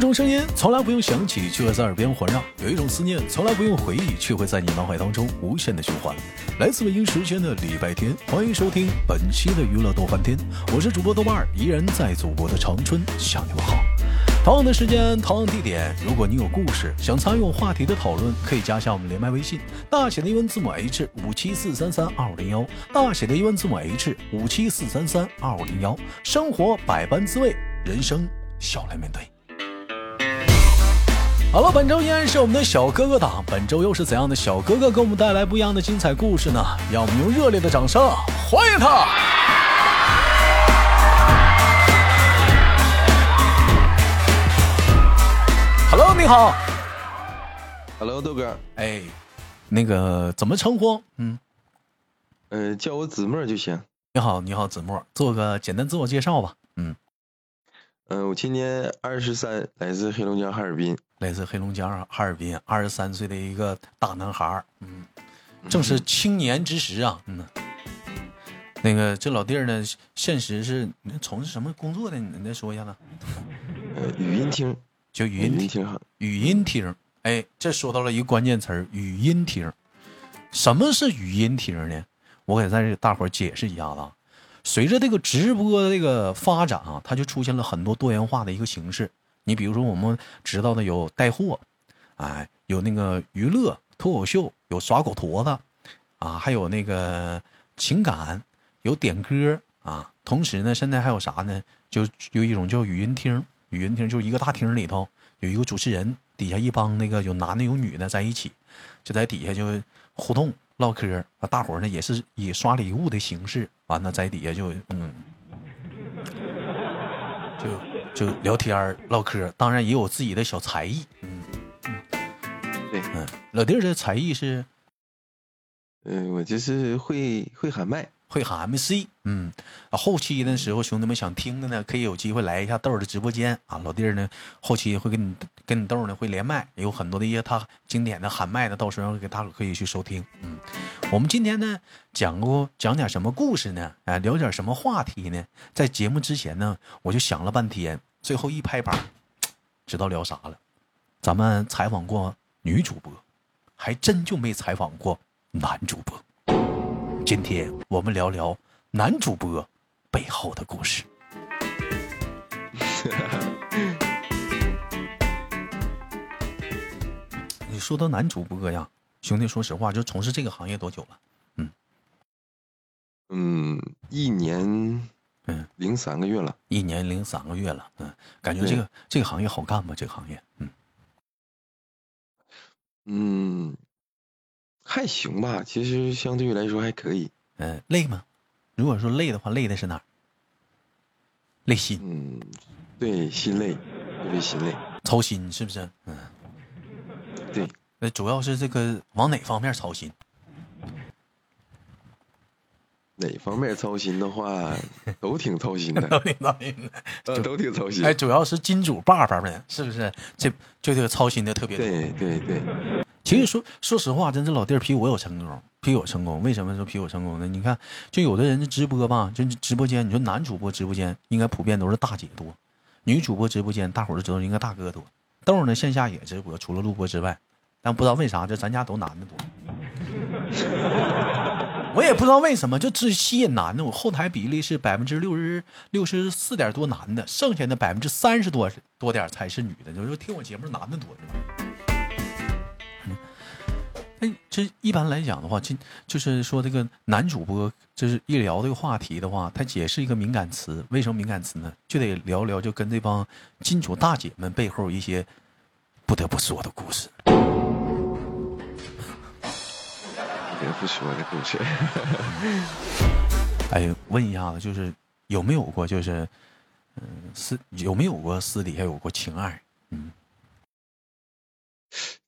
种声音从来不用想起，却会在耳边环绕；有一种思念从来不用回忆，却会在你脑海当中无限的循环。来自北京时间的礼拜天，欢迎收听本期的娱乐逗翻天，我是主播豆瓣儿，依然在祖国的长春向你们好。同样的时间，同样地点，如果你有故事想参与我话题的讨论，可以加一下我们连麦微信，大写的英文字母 H 五七四三三二五零幺，大写的英文字母 H 五七四三三二五零幺。生活百般滋味，人生笑来面对。好了，本周依然是我们的小哥哥党，本周又是怎样的小哥哥给我们带来不一样的精彩故事呢？让我们用热烈的掌声欢迎他！Hello，你好。 Hello，豆哥，哎，那个怎么称呼？嗯，呃，叫我子墨儿就行。你好，你好，子墨，做个简单自我介绍吧。嗯，嗯、我今年二十三，来自黑龙江哈尔滨。来自黑龙江哈尔滨，二十三岁的一个大男孩儿，嗯，正是青年之时啊。嗯，那个这老弟儿呢，现实是你从事什么工作的？你再说一下子，呃，语音厅，就语语音音厅。厅好。语音厅。哎，这说到了一个关键词儿，语音厅。什么是语音厅呢？我给在这大伙儿解释一下子啊。随着这个直播的这个发展啊，它就出现了很多多元化的一个形式。你比如说，我们知道的有带货，哎，有那个娱乐脱口秀，有耍狗驼子，啊，还有那个情感，有点歌啊。同时呢，现在还有啥呢？就有一种叫语音厅，语音厅就是一个大厅里头有一个主持人，底下一帮那个有男的有女的在一起，就在底下就互动唠嗑儿啊。大伙儿呢也是以刷礼物的形式，完了在底下就嗯，就就聊天儿唠嗑儿，当然也有自己的小才艺。嗯对，嗯，老弟儿这才艺是嗯、我就是会会喊麦。会喊 MC，嗯，啊，后期的时候，兄弟们想听的呢，可以有机会来一下豆儿的直播间啊。老弟儿呢，后期会跟你跟你豆儿呢会连麦，有很多的一些他经典的喊麦的，到时候给大伙可以去收听。嗯，我们今天呢讲过讲点什么故事呢？啊，聊点什么话题呢？在节目之前呢，我就想了半天，最后一拍板，知道聊啥了。咱们采访过女主播，还真就没采访过男主播。今天我们聊聊男主播背后的故 事。你说到男主播呀，兄弟，说实话，就从事这个行业多久了？嗯，一年，嗯，零三个月了。一年零三个月了。嗯，感觉对这个这个行业好干吗？这个行业，嗯，嗯，还行吧，其实相对于来说还可以。呃，累吗？如果说累的话，累的是哪儿？累心、嗯，对，心累，特别心累。操心，是不是？嗯，对，那主要是这个往哪方面操心？ 哪方面操心的话，都挺操心的， 都得操心。呃都挺操心。哎，主要是金主爸爸们，是不是？这就这个操心的特别多。对对对，其实说说实话，真是老弟儿比我有成功，比我成功。为什么说比我成功呢？你看，就有的人的直播吧，就直播间，你说男主播直播间应该普遍都是大姐多，女主播直播间大伙儿都知道应该大哥多。豆儿呢，线下也直播，除了录播之外，但不知道为啥，这咱家都男的多。我也不知道为什么，就只吸引男的。我后台比例是百分之六十六十四点多男的，剩下的百分之三十多多点儿才是女的。就是说听我节目男的多是吧？哎，这一般来讲的话，今就是说这个男主播，就是一聊这个话题的话，他也是一个敏感词。为什么敏感词呢？就得聊聊就跟这帮金主大姐们背后一些不得不说的故事。别不说了，故事。哎，问一下子，就是有没有过，就是嗯，私有没有过私底下有过情爱？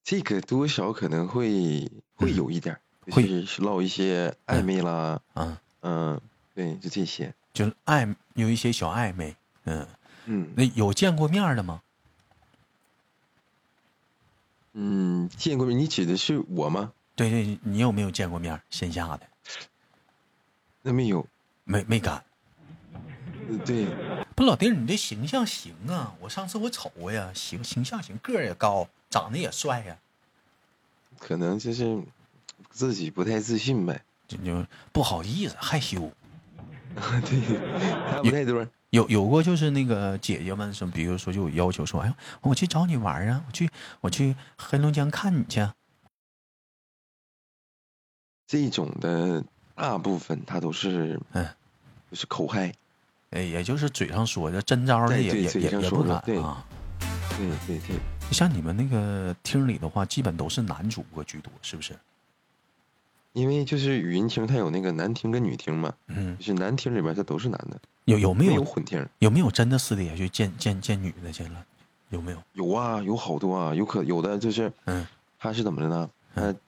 这个多少可能会会有一点儿，嗯会嗯就是是唠一些暧昧啦，啊，嗯、对，就这些，就是暧有一些小暧昧。嗯，嗯那有见过面儿的吗？嗯，见过面，你指的是我吗？对对，你有没有见过面儿？线下的那没有，没没敢。呃对，不，老弟儿，你这形象行啊！我上次我瞅过呀，形形象行，个儿也高，长得也帅呀、可能就是自己不太自信呗。这就不好意思，害羞。对，差不太多。有有过就是那个姐姐们什么，比如说就有要求说，哎，我去找你玩儿啊，我去我去黑龙江看你去啊。这种的大部分他都是，嗯，就是口嗨。哎，也就是嘴上说的，真招儿的对也对也嘴也上也说不的敢对啊。对对对，像你们那个厅里的话，基本都是男主播居多，是不是？因为就是语音厅，它有那个男厅跟女厅嘛，嗯就，是男厅里边它都是男的，有有没没有有混厅。有没有真的私底下去见见见女的去了？有没有？有啊，有好多啊，有可有的就是嗯，他是怎么的呢？嗯他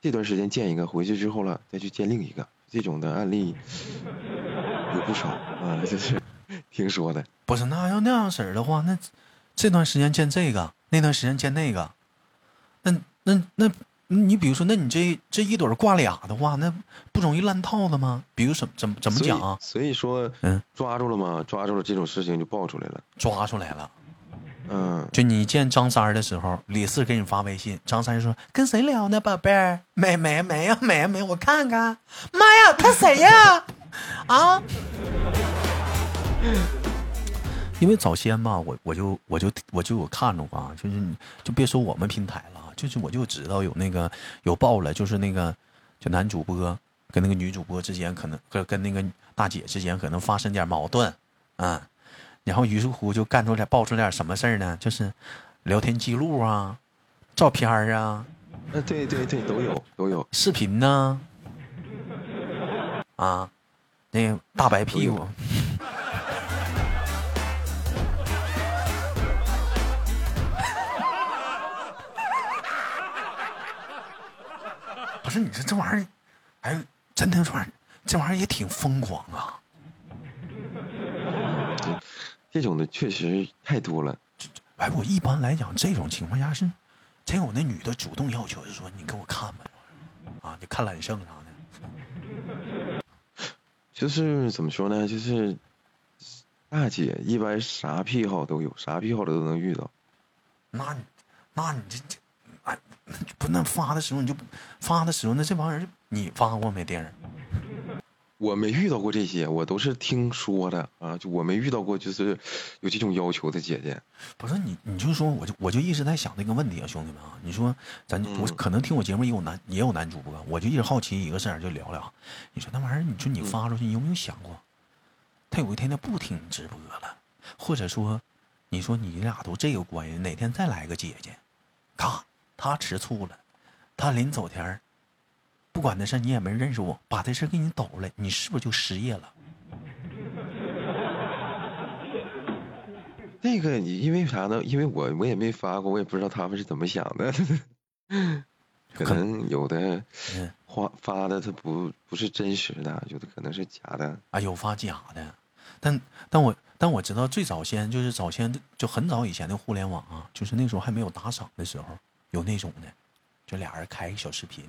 这段时间见一个，回去之后了再去见另一个，这种的案例有不少啊，就是 听说的。不是，那要那样式儿的话，那这段时间见这个，那段时间见那个，那那那，你比如说，那你这这一对儿挂俩的话，那不容易烂套了吗？比如什怎么怎么所以讲啊？所以说，嗯，抓住了嘛，抓住了这种事情就爆出来了。抓出来了，嗯，就你见张三儿的时候，李四给你发微信，张三说跟谁聊呢，宝贝儿？没没没呀没呀没呀，我看看，妈呀，他谁呀？啊！因为早先吧，我我就我就我就有看着过啊，就是你就别说我们平台了啊，就是我就知道有那个有爆了，就是那个就男主播跟那个女主播之间可能跟跟那个大姐之间可能发生点矛盾，啊、然后于是乎就干出来爆出点什么事儿呢？就是聊天记录啊、照片儿啊、啊，对对对，都有都有。视频呐、啊，那个大白屁 股。不是你说这玩意儿，哎，真的这玩意儿，这玩意儿也挺疯狂啊！这种的确实太多了。哎，我一般来讲，这种情况下是，真有那女的主动要求，就说你给我看吧，啊，你看揽胜啥的，就是怎么说呢？就是大姐一般啥癖好都有，啥癖好的都能遇到。那你，那你这这，哎，那就不那发的时候你就不发的时候，那这帮人你发过没，电影？我没遇到过这些，我都是听说的啊，就我没遇到过就是有这种要求的姐姐。不是你，你就说，我就我就一直在想这个问题啊，兄弟们啊，你说咱就我嗯可能听我节目也有男也有男主播，我就一直好奇一个事儿，就聊聊。你说那玩意儿，你说你发出去，你有没有想过，他有一天他不听你直播了，或者说，你说你俩都这个关系，哪天再来个姐姐，咔，他吃醋了，他临走前儿，不管那事儿你也没认识我，把这事儿给你抖了，你是不是就失业了？那个你因为啥呢？因为我我也没发过，我也不知道他们是怎么想的。 可可能有的嗯，花发的它不不是真实的，有的可能是假的。啊，有发假的，但但我但我知道最早先就是早先就很早以前的互联网啊，就是那时候还没有打赏的时候，有那种的，就俩人开一个小视频，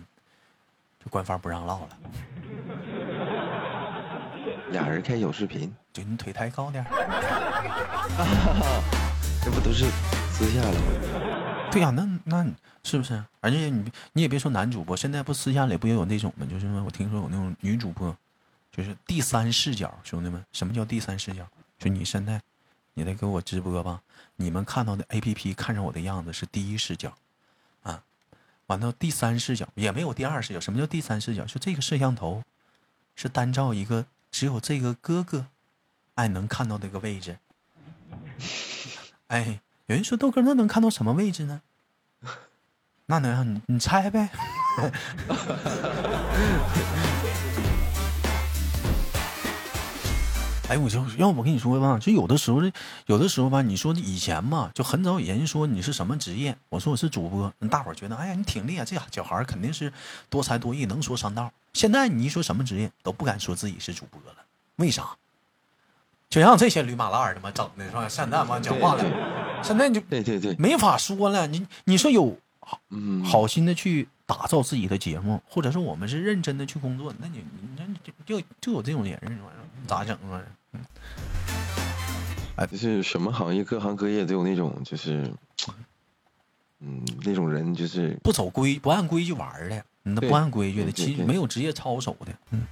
就官方不让唠了，俩人开小视频，就你腿抬高点儿。那不都是私下的吗？对呀、那那你是不是？而且你你也别说男主播，现在不私下里不也有那种吗？就是我听说有那种女主播，就是第三视角，兄弟们，什么叫第三视角？就你现在你来给我直播吧，你们看到的 A P P 看上我的样子是第一视角，啊，完到第三视角也没有第二视角。什么叫第三视角？就这个摄像头是单照一个只有这个哥哥爱能看到的一个位置。 哎，有人说豆哥那能看到什么位置呢？那能让你你猜呗。 哎，我就要我跟你说吧，就有的时候，有的时候吧，你说以前嘛，就很早以前人说你是什么职业，我说我是主播，大伙儿觉得哎呀你挺厉害，这小孩儿肯定是多才多艺，能说善道。现在你一说什么职业，都不敢说自己是主播了，为啥？就让这些驴马烂儿的嘛整的是吧？现在嘛讲话了，现在你就对对对，没法说了。你你说有嗯，，好心的去打造自己的节目，或者说我们是认真的去工作，那你你那你就就就有这种人，你说咋整啊？哎就是什么行业，各行各业都有那种，就是，嗯，那种人就是不走规不按规矩玩儿的，那对不按规矩的，嗯对对其实对没有职业操守的。嗯，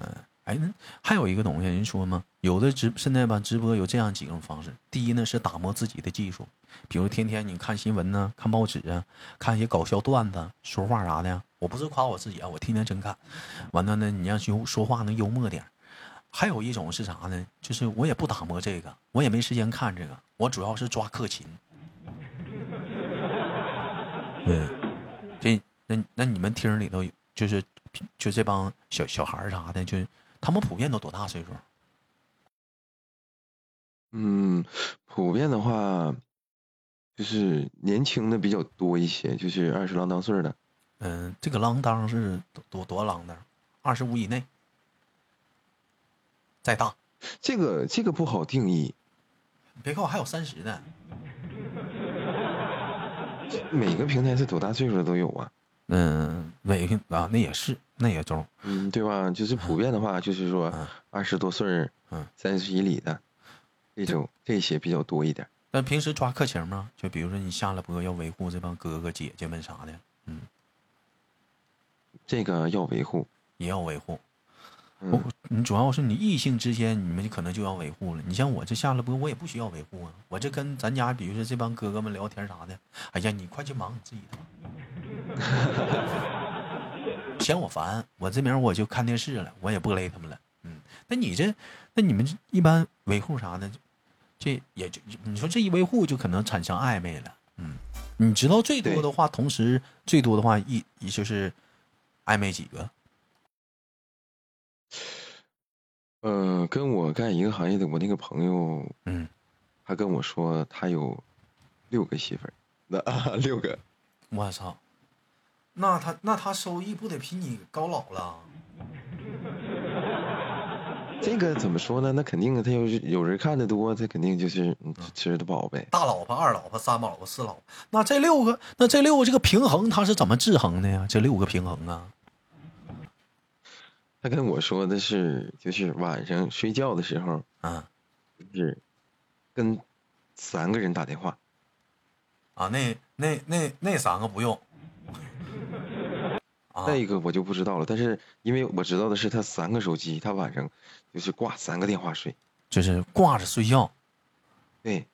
嗯，哎，那还有一个东西，人说嘛，有的直现在吧，直播有这样几种方式。第一呢是打磨自己的技术，比如天天你看新闻呢、看报纸啊，看一些搞笑段子、说话啥的呀。我不是夸我自己啊，我天天真看。完了呢，你让说说话能幽默点儿。还有一种是啥呢？就是我也不打磨这个，我也没时间看这个，我主要是抓克勤。嗯，这那那你们厅里头有就是就这帮小小孩儿啥的，就是他们普遍都多大岁数？嗯，普遍的话，就是年轻的比较多一些，就是二十郎当岁儿的，嗯、这个啷当是多多多啷当，二十五以内，再大，这个这个不好定义，别看我还有三十呢。每个平台是多大岁数的都有啊，嗯，伟啊，那也是，那也中。嗯，对吧？就是普遍的话，就是说嗯二十多岁儿嗯，三十以里的这种这些比较多一点。但平时抓克情吗？就比如说你下了播要维护这帮哥哥姐姐们啥的，这个要维护。也要维护。我、嗯，你主要是你异性之间，你们可能就要维护了。你像我这下了播，我也不需要维护啊。我这跟咱家，比如说这帮哥哥们聊天啥的，哎呀，你快去忙你自己的 吧，嫌我烦。我这名我就看电视了，我也不勒他们了。嗯，那你这，那你们一般维护啥呢？这也就你说这一维护就可能产生暧昧了。嗯，你知道最多的话，同时最多的话一一就是暧昧几个？呃，跟我干一个行业的我那个朋友，嗯，他跟我说他有六个媳妇儿，那啊六个，我操，那他那他收益不得比你高老了？这个怎么说呢？那肯定啊他要是有人看的多，他肯定就是嗯吃的饱呗。大老婆、二老婆、三老婆、四老婆，那这六个，那这六个这个平衡它是怎么制衡的呀？这六个平衡啊，他跟我说的是，就是晚上睡觉的时候，啊就是跟三个人打电话，啊，那那那那三个不用，啊那一个我就不知道了。但是因为我知道的是，他三个手机，他晚上就是挂三个电话睡。就是挂着睡觉，对，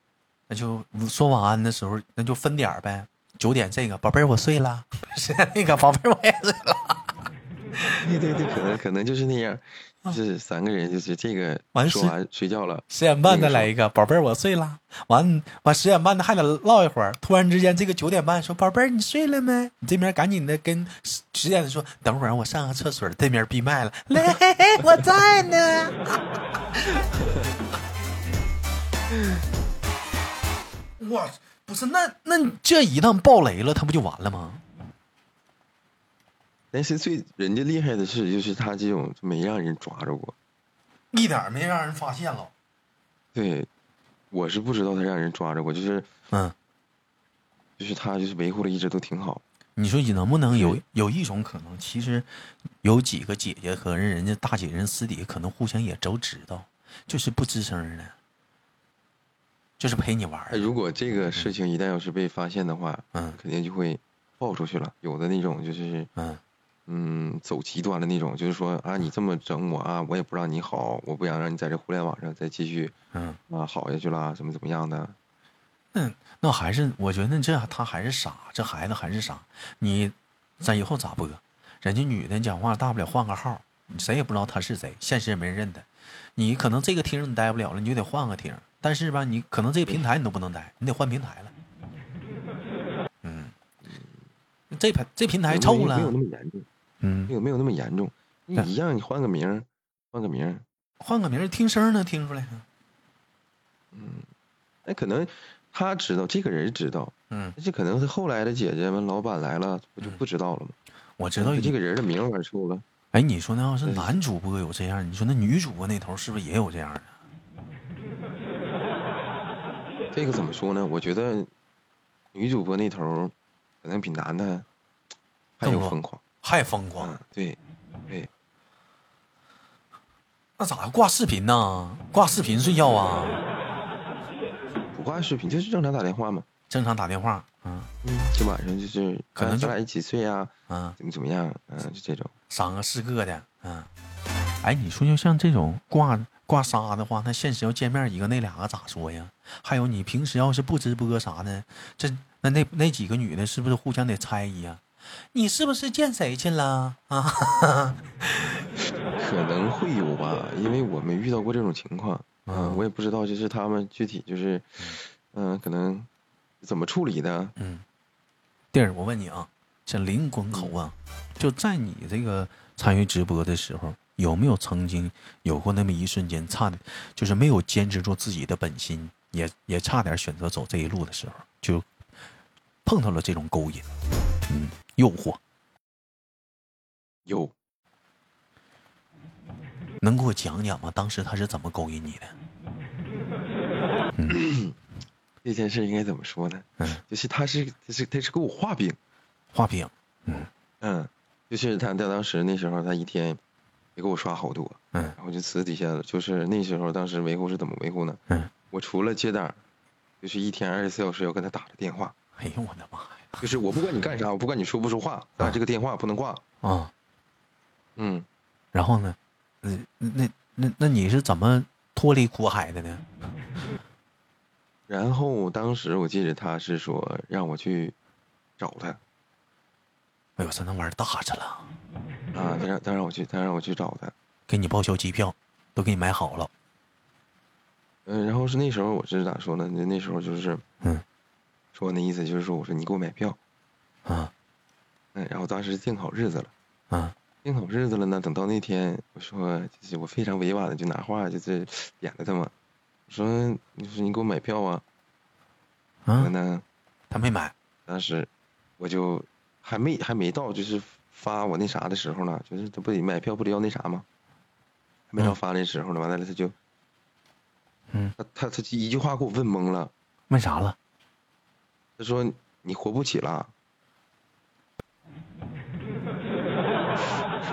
那就说晚安的时候，那就分点儿呗。九点这个宝贝儿我睡了， 是那个宝贝儿我也睡了，对对对，可能可能就是那样，就是三个人，就是这个完说事完睡觉了，十点半再来一个，宝贝儿，我睡了。完完十点半的还得唠一会儿。突然之间，这个九点半说：“宝贝儿，你睡了没？”你这边赶紧的跟十点的说：“等会儿我上个厕所。”这边闭麦了， 来，我在 呢。我不是那那这一旦爆雷了，他不就完了吗？但是最人家厉害的是，就是他这种就没让人抓着过。一点儿没让人发现了。对，我是不知道他让人抓着过，就是嗯，就是他就是维护的一直都挺好。你说你能不能有有一种可能，其实有几个姐姐和人人家大姐人私底下可能互相也都知道，就是不吱声的，就是陪你玩儿哎，如果这个事情一旦要是被发现的话，嗯肯定就会爆出去了。有的那种就是嗯，嗯走极端的那种，就是说啊你这么整我啊，我也不让你好，我不想让你在这互联网上再继续嗯啊好下去啦，怎么怎么样的。那那还是我觉得这他还是傻，这孩子还是傻。你咱以后咋播？人家女的讲话大不了换个号，谁也不知道他是谁，现实也没人认他。你可能这个厅你待不了了，你就得换个厅。但是吧，你可能这个平台你都不能待，你得换平台了。嗯，这平这平台臭没有了那，么严重。嗯，没有没有那么严重，你对一样，你换个名儿，换个名儿，换个名儿听声儿能听出来。那哎可能他知道，这个人知道，嗯，但是可能是后来的姐姐们、老板来了，不就嗯不知道了吗？我知道就一这个人的名儿玩臭了，哎，你说那要是对男主播有这样，你说那女主播那头是不是也有这样的？这个怎么说呢？我觉得女主播那头儿可能比男的还更要多疯狂，还疯狂嗯，对，那咋挂视频呢？挂视频睡觉啊？不挂视频就是正常打电话嘛。正常打电话，嗯嗯，就晚上就是可能啊就咱俩一起睡啊，嗯，怎么怎么样，嗯、就这种。三个四个的，嗯。哎，你说就像这种挂挂仨的话，那现实要见面一个，那俩个咋说呀？还有你平时要是不直播啥的，这那那那几个女的是不是互相得猜疑呀、你是不是见谁去了啊？可能会有吧，因为我没遇到过这种情况，嗯、嗯我也不知道就是他们具体就是，嗯、可能怎么处理的，嗯弟儿，我问你啊，这灵魂口啊，就在你这个参与直播的时候，有没有曾经有过那么一瞬间，差点就是没有坚持住自己的本心，也也差点选择走这一路的时候，就碰到了这种勾引，嗯，诱惑，有能给我讲讲吗？当时他是怎么勾引你的？这件事应该怎么说呢？嗯就是他是他是他是给我画饼，画饼，嗯，就是他在当时那时候他一天也给我刷好多，嗯然后就私底下就是那时候当时维护是怎么维护呢？嗯，我除了接单儿，就是一天二十四小时要跟他打着电话，哎呦我的妈呀，就是我不管你干啥，我不管你说不说话，咱俩这个电话不能挂，啊，嗯，然后呢，那那那那你是怎么脱离苦海的呢？然后当时我记得他是说让我去找他哎呦，这能玩大着了。啊，他让他让我去，他让我去找他。给你报销机票，都给你买好了。嗯，然后是那时候我是咋说呢？那那时候就是，嗯，说那意思就是说，我说你给我买票，啊嗯，然后当时定好日子了，啊定好日子了呢，等到那天，我说就是我非常委婉的就拿话就是点了他嘛，我说你说你给我买票啊，完了啊！呢，他没买，当时我就还没还没到就是发我那啥的时候呢，就是他不得买票不得要那啥吗？还没到嗯发那时候呢，完了他就，嗯，他他他一句话给我问懵了，问啥了？他说你活不起了。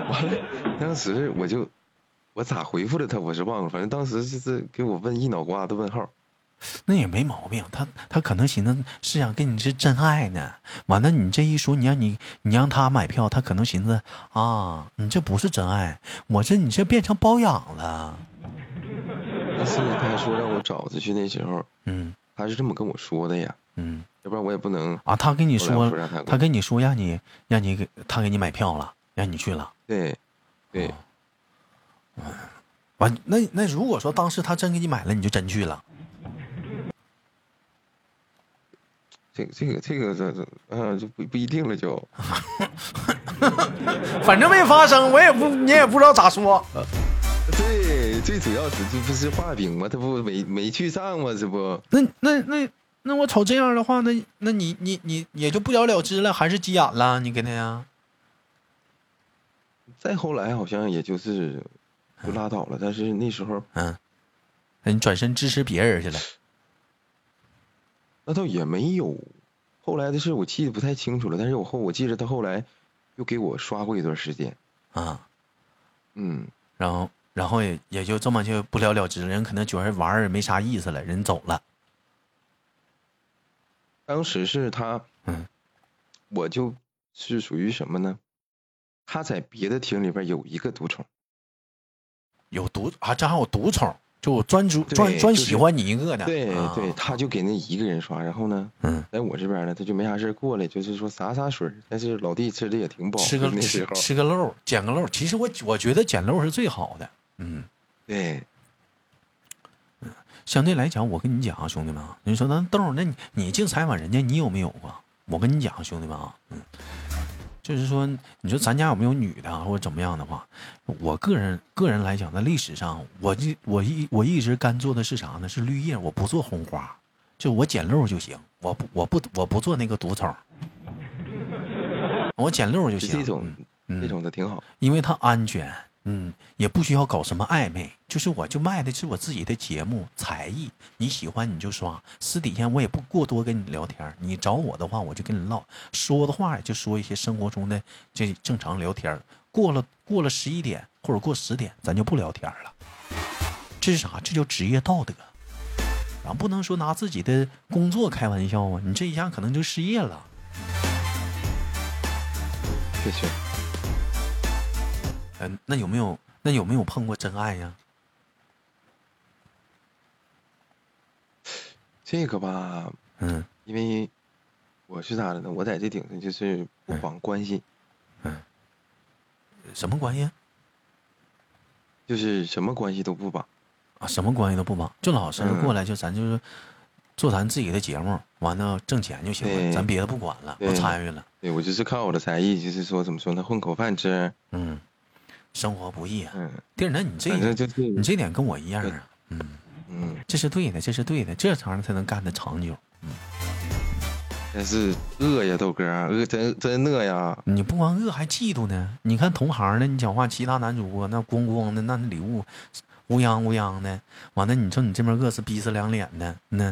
完了，当时我就我咋回复的他我是忘了，反正当时就是给我问一脑瓜子问号。那也没毛病，他他可能寻思是想跟你是真爱呢。完了，你这一说，你让你你让他买票，他可能寻思啊，你这不是真爱，我这你这变成包养了。但是他说让我找他去那时候，嗯他是这么跟我说的呀，嗯要不然我也不能啊，他跟你后来说我说让他给，我他跟你说让你让你给他给你买票了，让你去了。对哦对。完，那那如果说当时他真给你买了，你就真去了。这个这个这个这这，嗯、就不不一定了就，啊反正没发生，我也不你也不知道咋说。对，最主要是这不是画饼吗？他不没没去上吗？这不，那那那那我瞅这样的话，那那你你你也就不了了之了，还是急眼了？你跟他呀？再后来好像也就是就拉倒了。但是那时候嗯，那你转身支持别人去了。那倒也没有，后来的事我记得不太清楚了。但是我后我记得他后来又给我刷过一段时间，啊，嗯，然后然后也也就这么就不了了之了，人可能觉得玩儿也没啥意思了，人走了。当时是他，嗯，我就是属于什么呢？他在别的厅里边有一个独宠，有独啊，这还有独宠，就我专注对专专就是喜欢你一个呢。对啊对，他就给那一个人刷，然后呢，嗯，在我这边呢，他就没啥事儿过来，就是说洒洒水儿，但是老弟吃的也挺饱，吃个就哦那时吃候，吃个漏，捡个漏。其实我我觉得捡漏是最好的。嗯。对，相对来讲，我跟你讲啊，兄弟们啊，你说那豆儿，那你你净采访人家，你有没有啊？我跟你讲啊，兄弟们啊，嗯，就是说，你说咱家有没有女的啊，或者怎么样的话，我个人个人来讲，在历史上，我一我一我一直干做的是啥呢？是绿叶，我不做红花，就我捡漏就行，我不我不我不做那个毒草，我捡漏就就行。这种嗯这种的挺好。因为它安全，嗯，也不需要搞什么暧昧，就是我就卖的是我自己的节目才艺，你喜欢你就刷，私底下我也不过多跟你聊天儿，你找我的话我就跟你唠，说的话也就说一些生活中的这正常聊天儿，过了过了十一点或者过十点咱就不聊天儿了，这是啥？这叫职业道德。啊，不能说拿自己的工作开玩笑啊！你这一下可能就失业了。确实。嗯、呃，那有没有那有没有碰过真爱呀、这个吧，嗯因为我是咋的呢？我在这顶上就是不嗯绑关系，嗯，呃什么关系啊就是什么关系都不绑。啊？什么关系都不绑，就老实嗯过来，就咱就是做咱自己的节目，完了挣钱就行了，对咱别的不管了，不对参与了。对我就是靠我的才艺，就是说怎么说呢，混口饭吃。嗯，生活不易啊，嗯，弟儿，那你这反正就是你这点跟我一样啊，嗯，嗯，这是对的，这是对的，这行儿才能干得长久。但是饿呀，豆哥，饿真真饿呀。你不光饿还嫉妒呢。你看同行的，你讲话其他男主播那咣咣的，那礼物乌泱乌泱的，完了你说你这边饿是逼死两脸的，那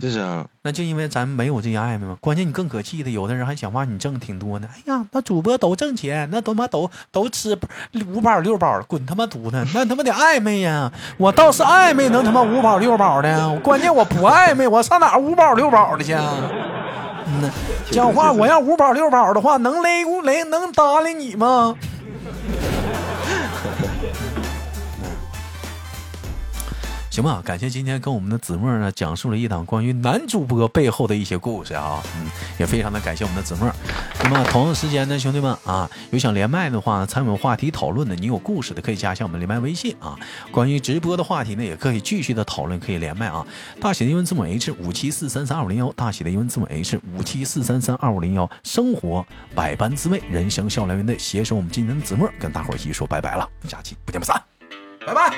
就是啊，那就因为咱没有这些爱嘛。关键你更可气的，有的人还讲话你挣挺多呢。哎呀，那主播都挣钱，那他妈都都吃五饱六饱，滚他妈犊子！那他妈得暧昧呀！我倒是暧昧能他妈五饱六饱的，关键我不暧昧，我上哪儿五饱六饱的去啊？嗯，讲话我要五饱六饱的话，能勒咕勒能搭理你吗？行吧，感谢今天跟我们的子墨呢讲述了一档关于男主播背后的一些故事啊，嗯，也非常的感谢我们的子墨。那么同样时间呢，兄弟们啊，有想连麦的话，参与我们话题讨论的，你有故事的可以加一下我们连麦微信啊。关于直播的话题呢，也可以继续的讨论，可以连麦啊。大写的英文字母 H 五七四三三二五零幺，大写的英文字母 H 五七四三三二五零幺。生活百般滋味，人生笑来面对。携手我们今天的子墨，跟大伙儿一起说拜拜了，下期不见不散，拜拜。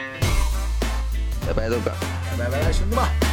拜拜，豆哥。拜拜，兄弟们。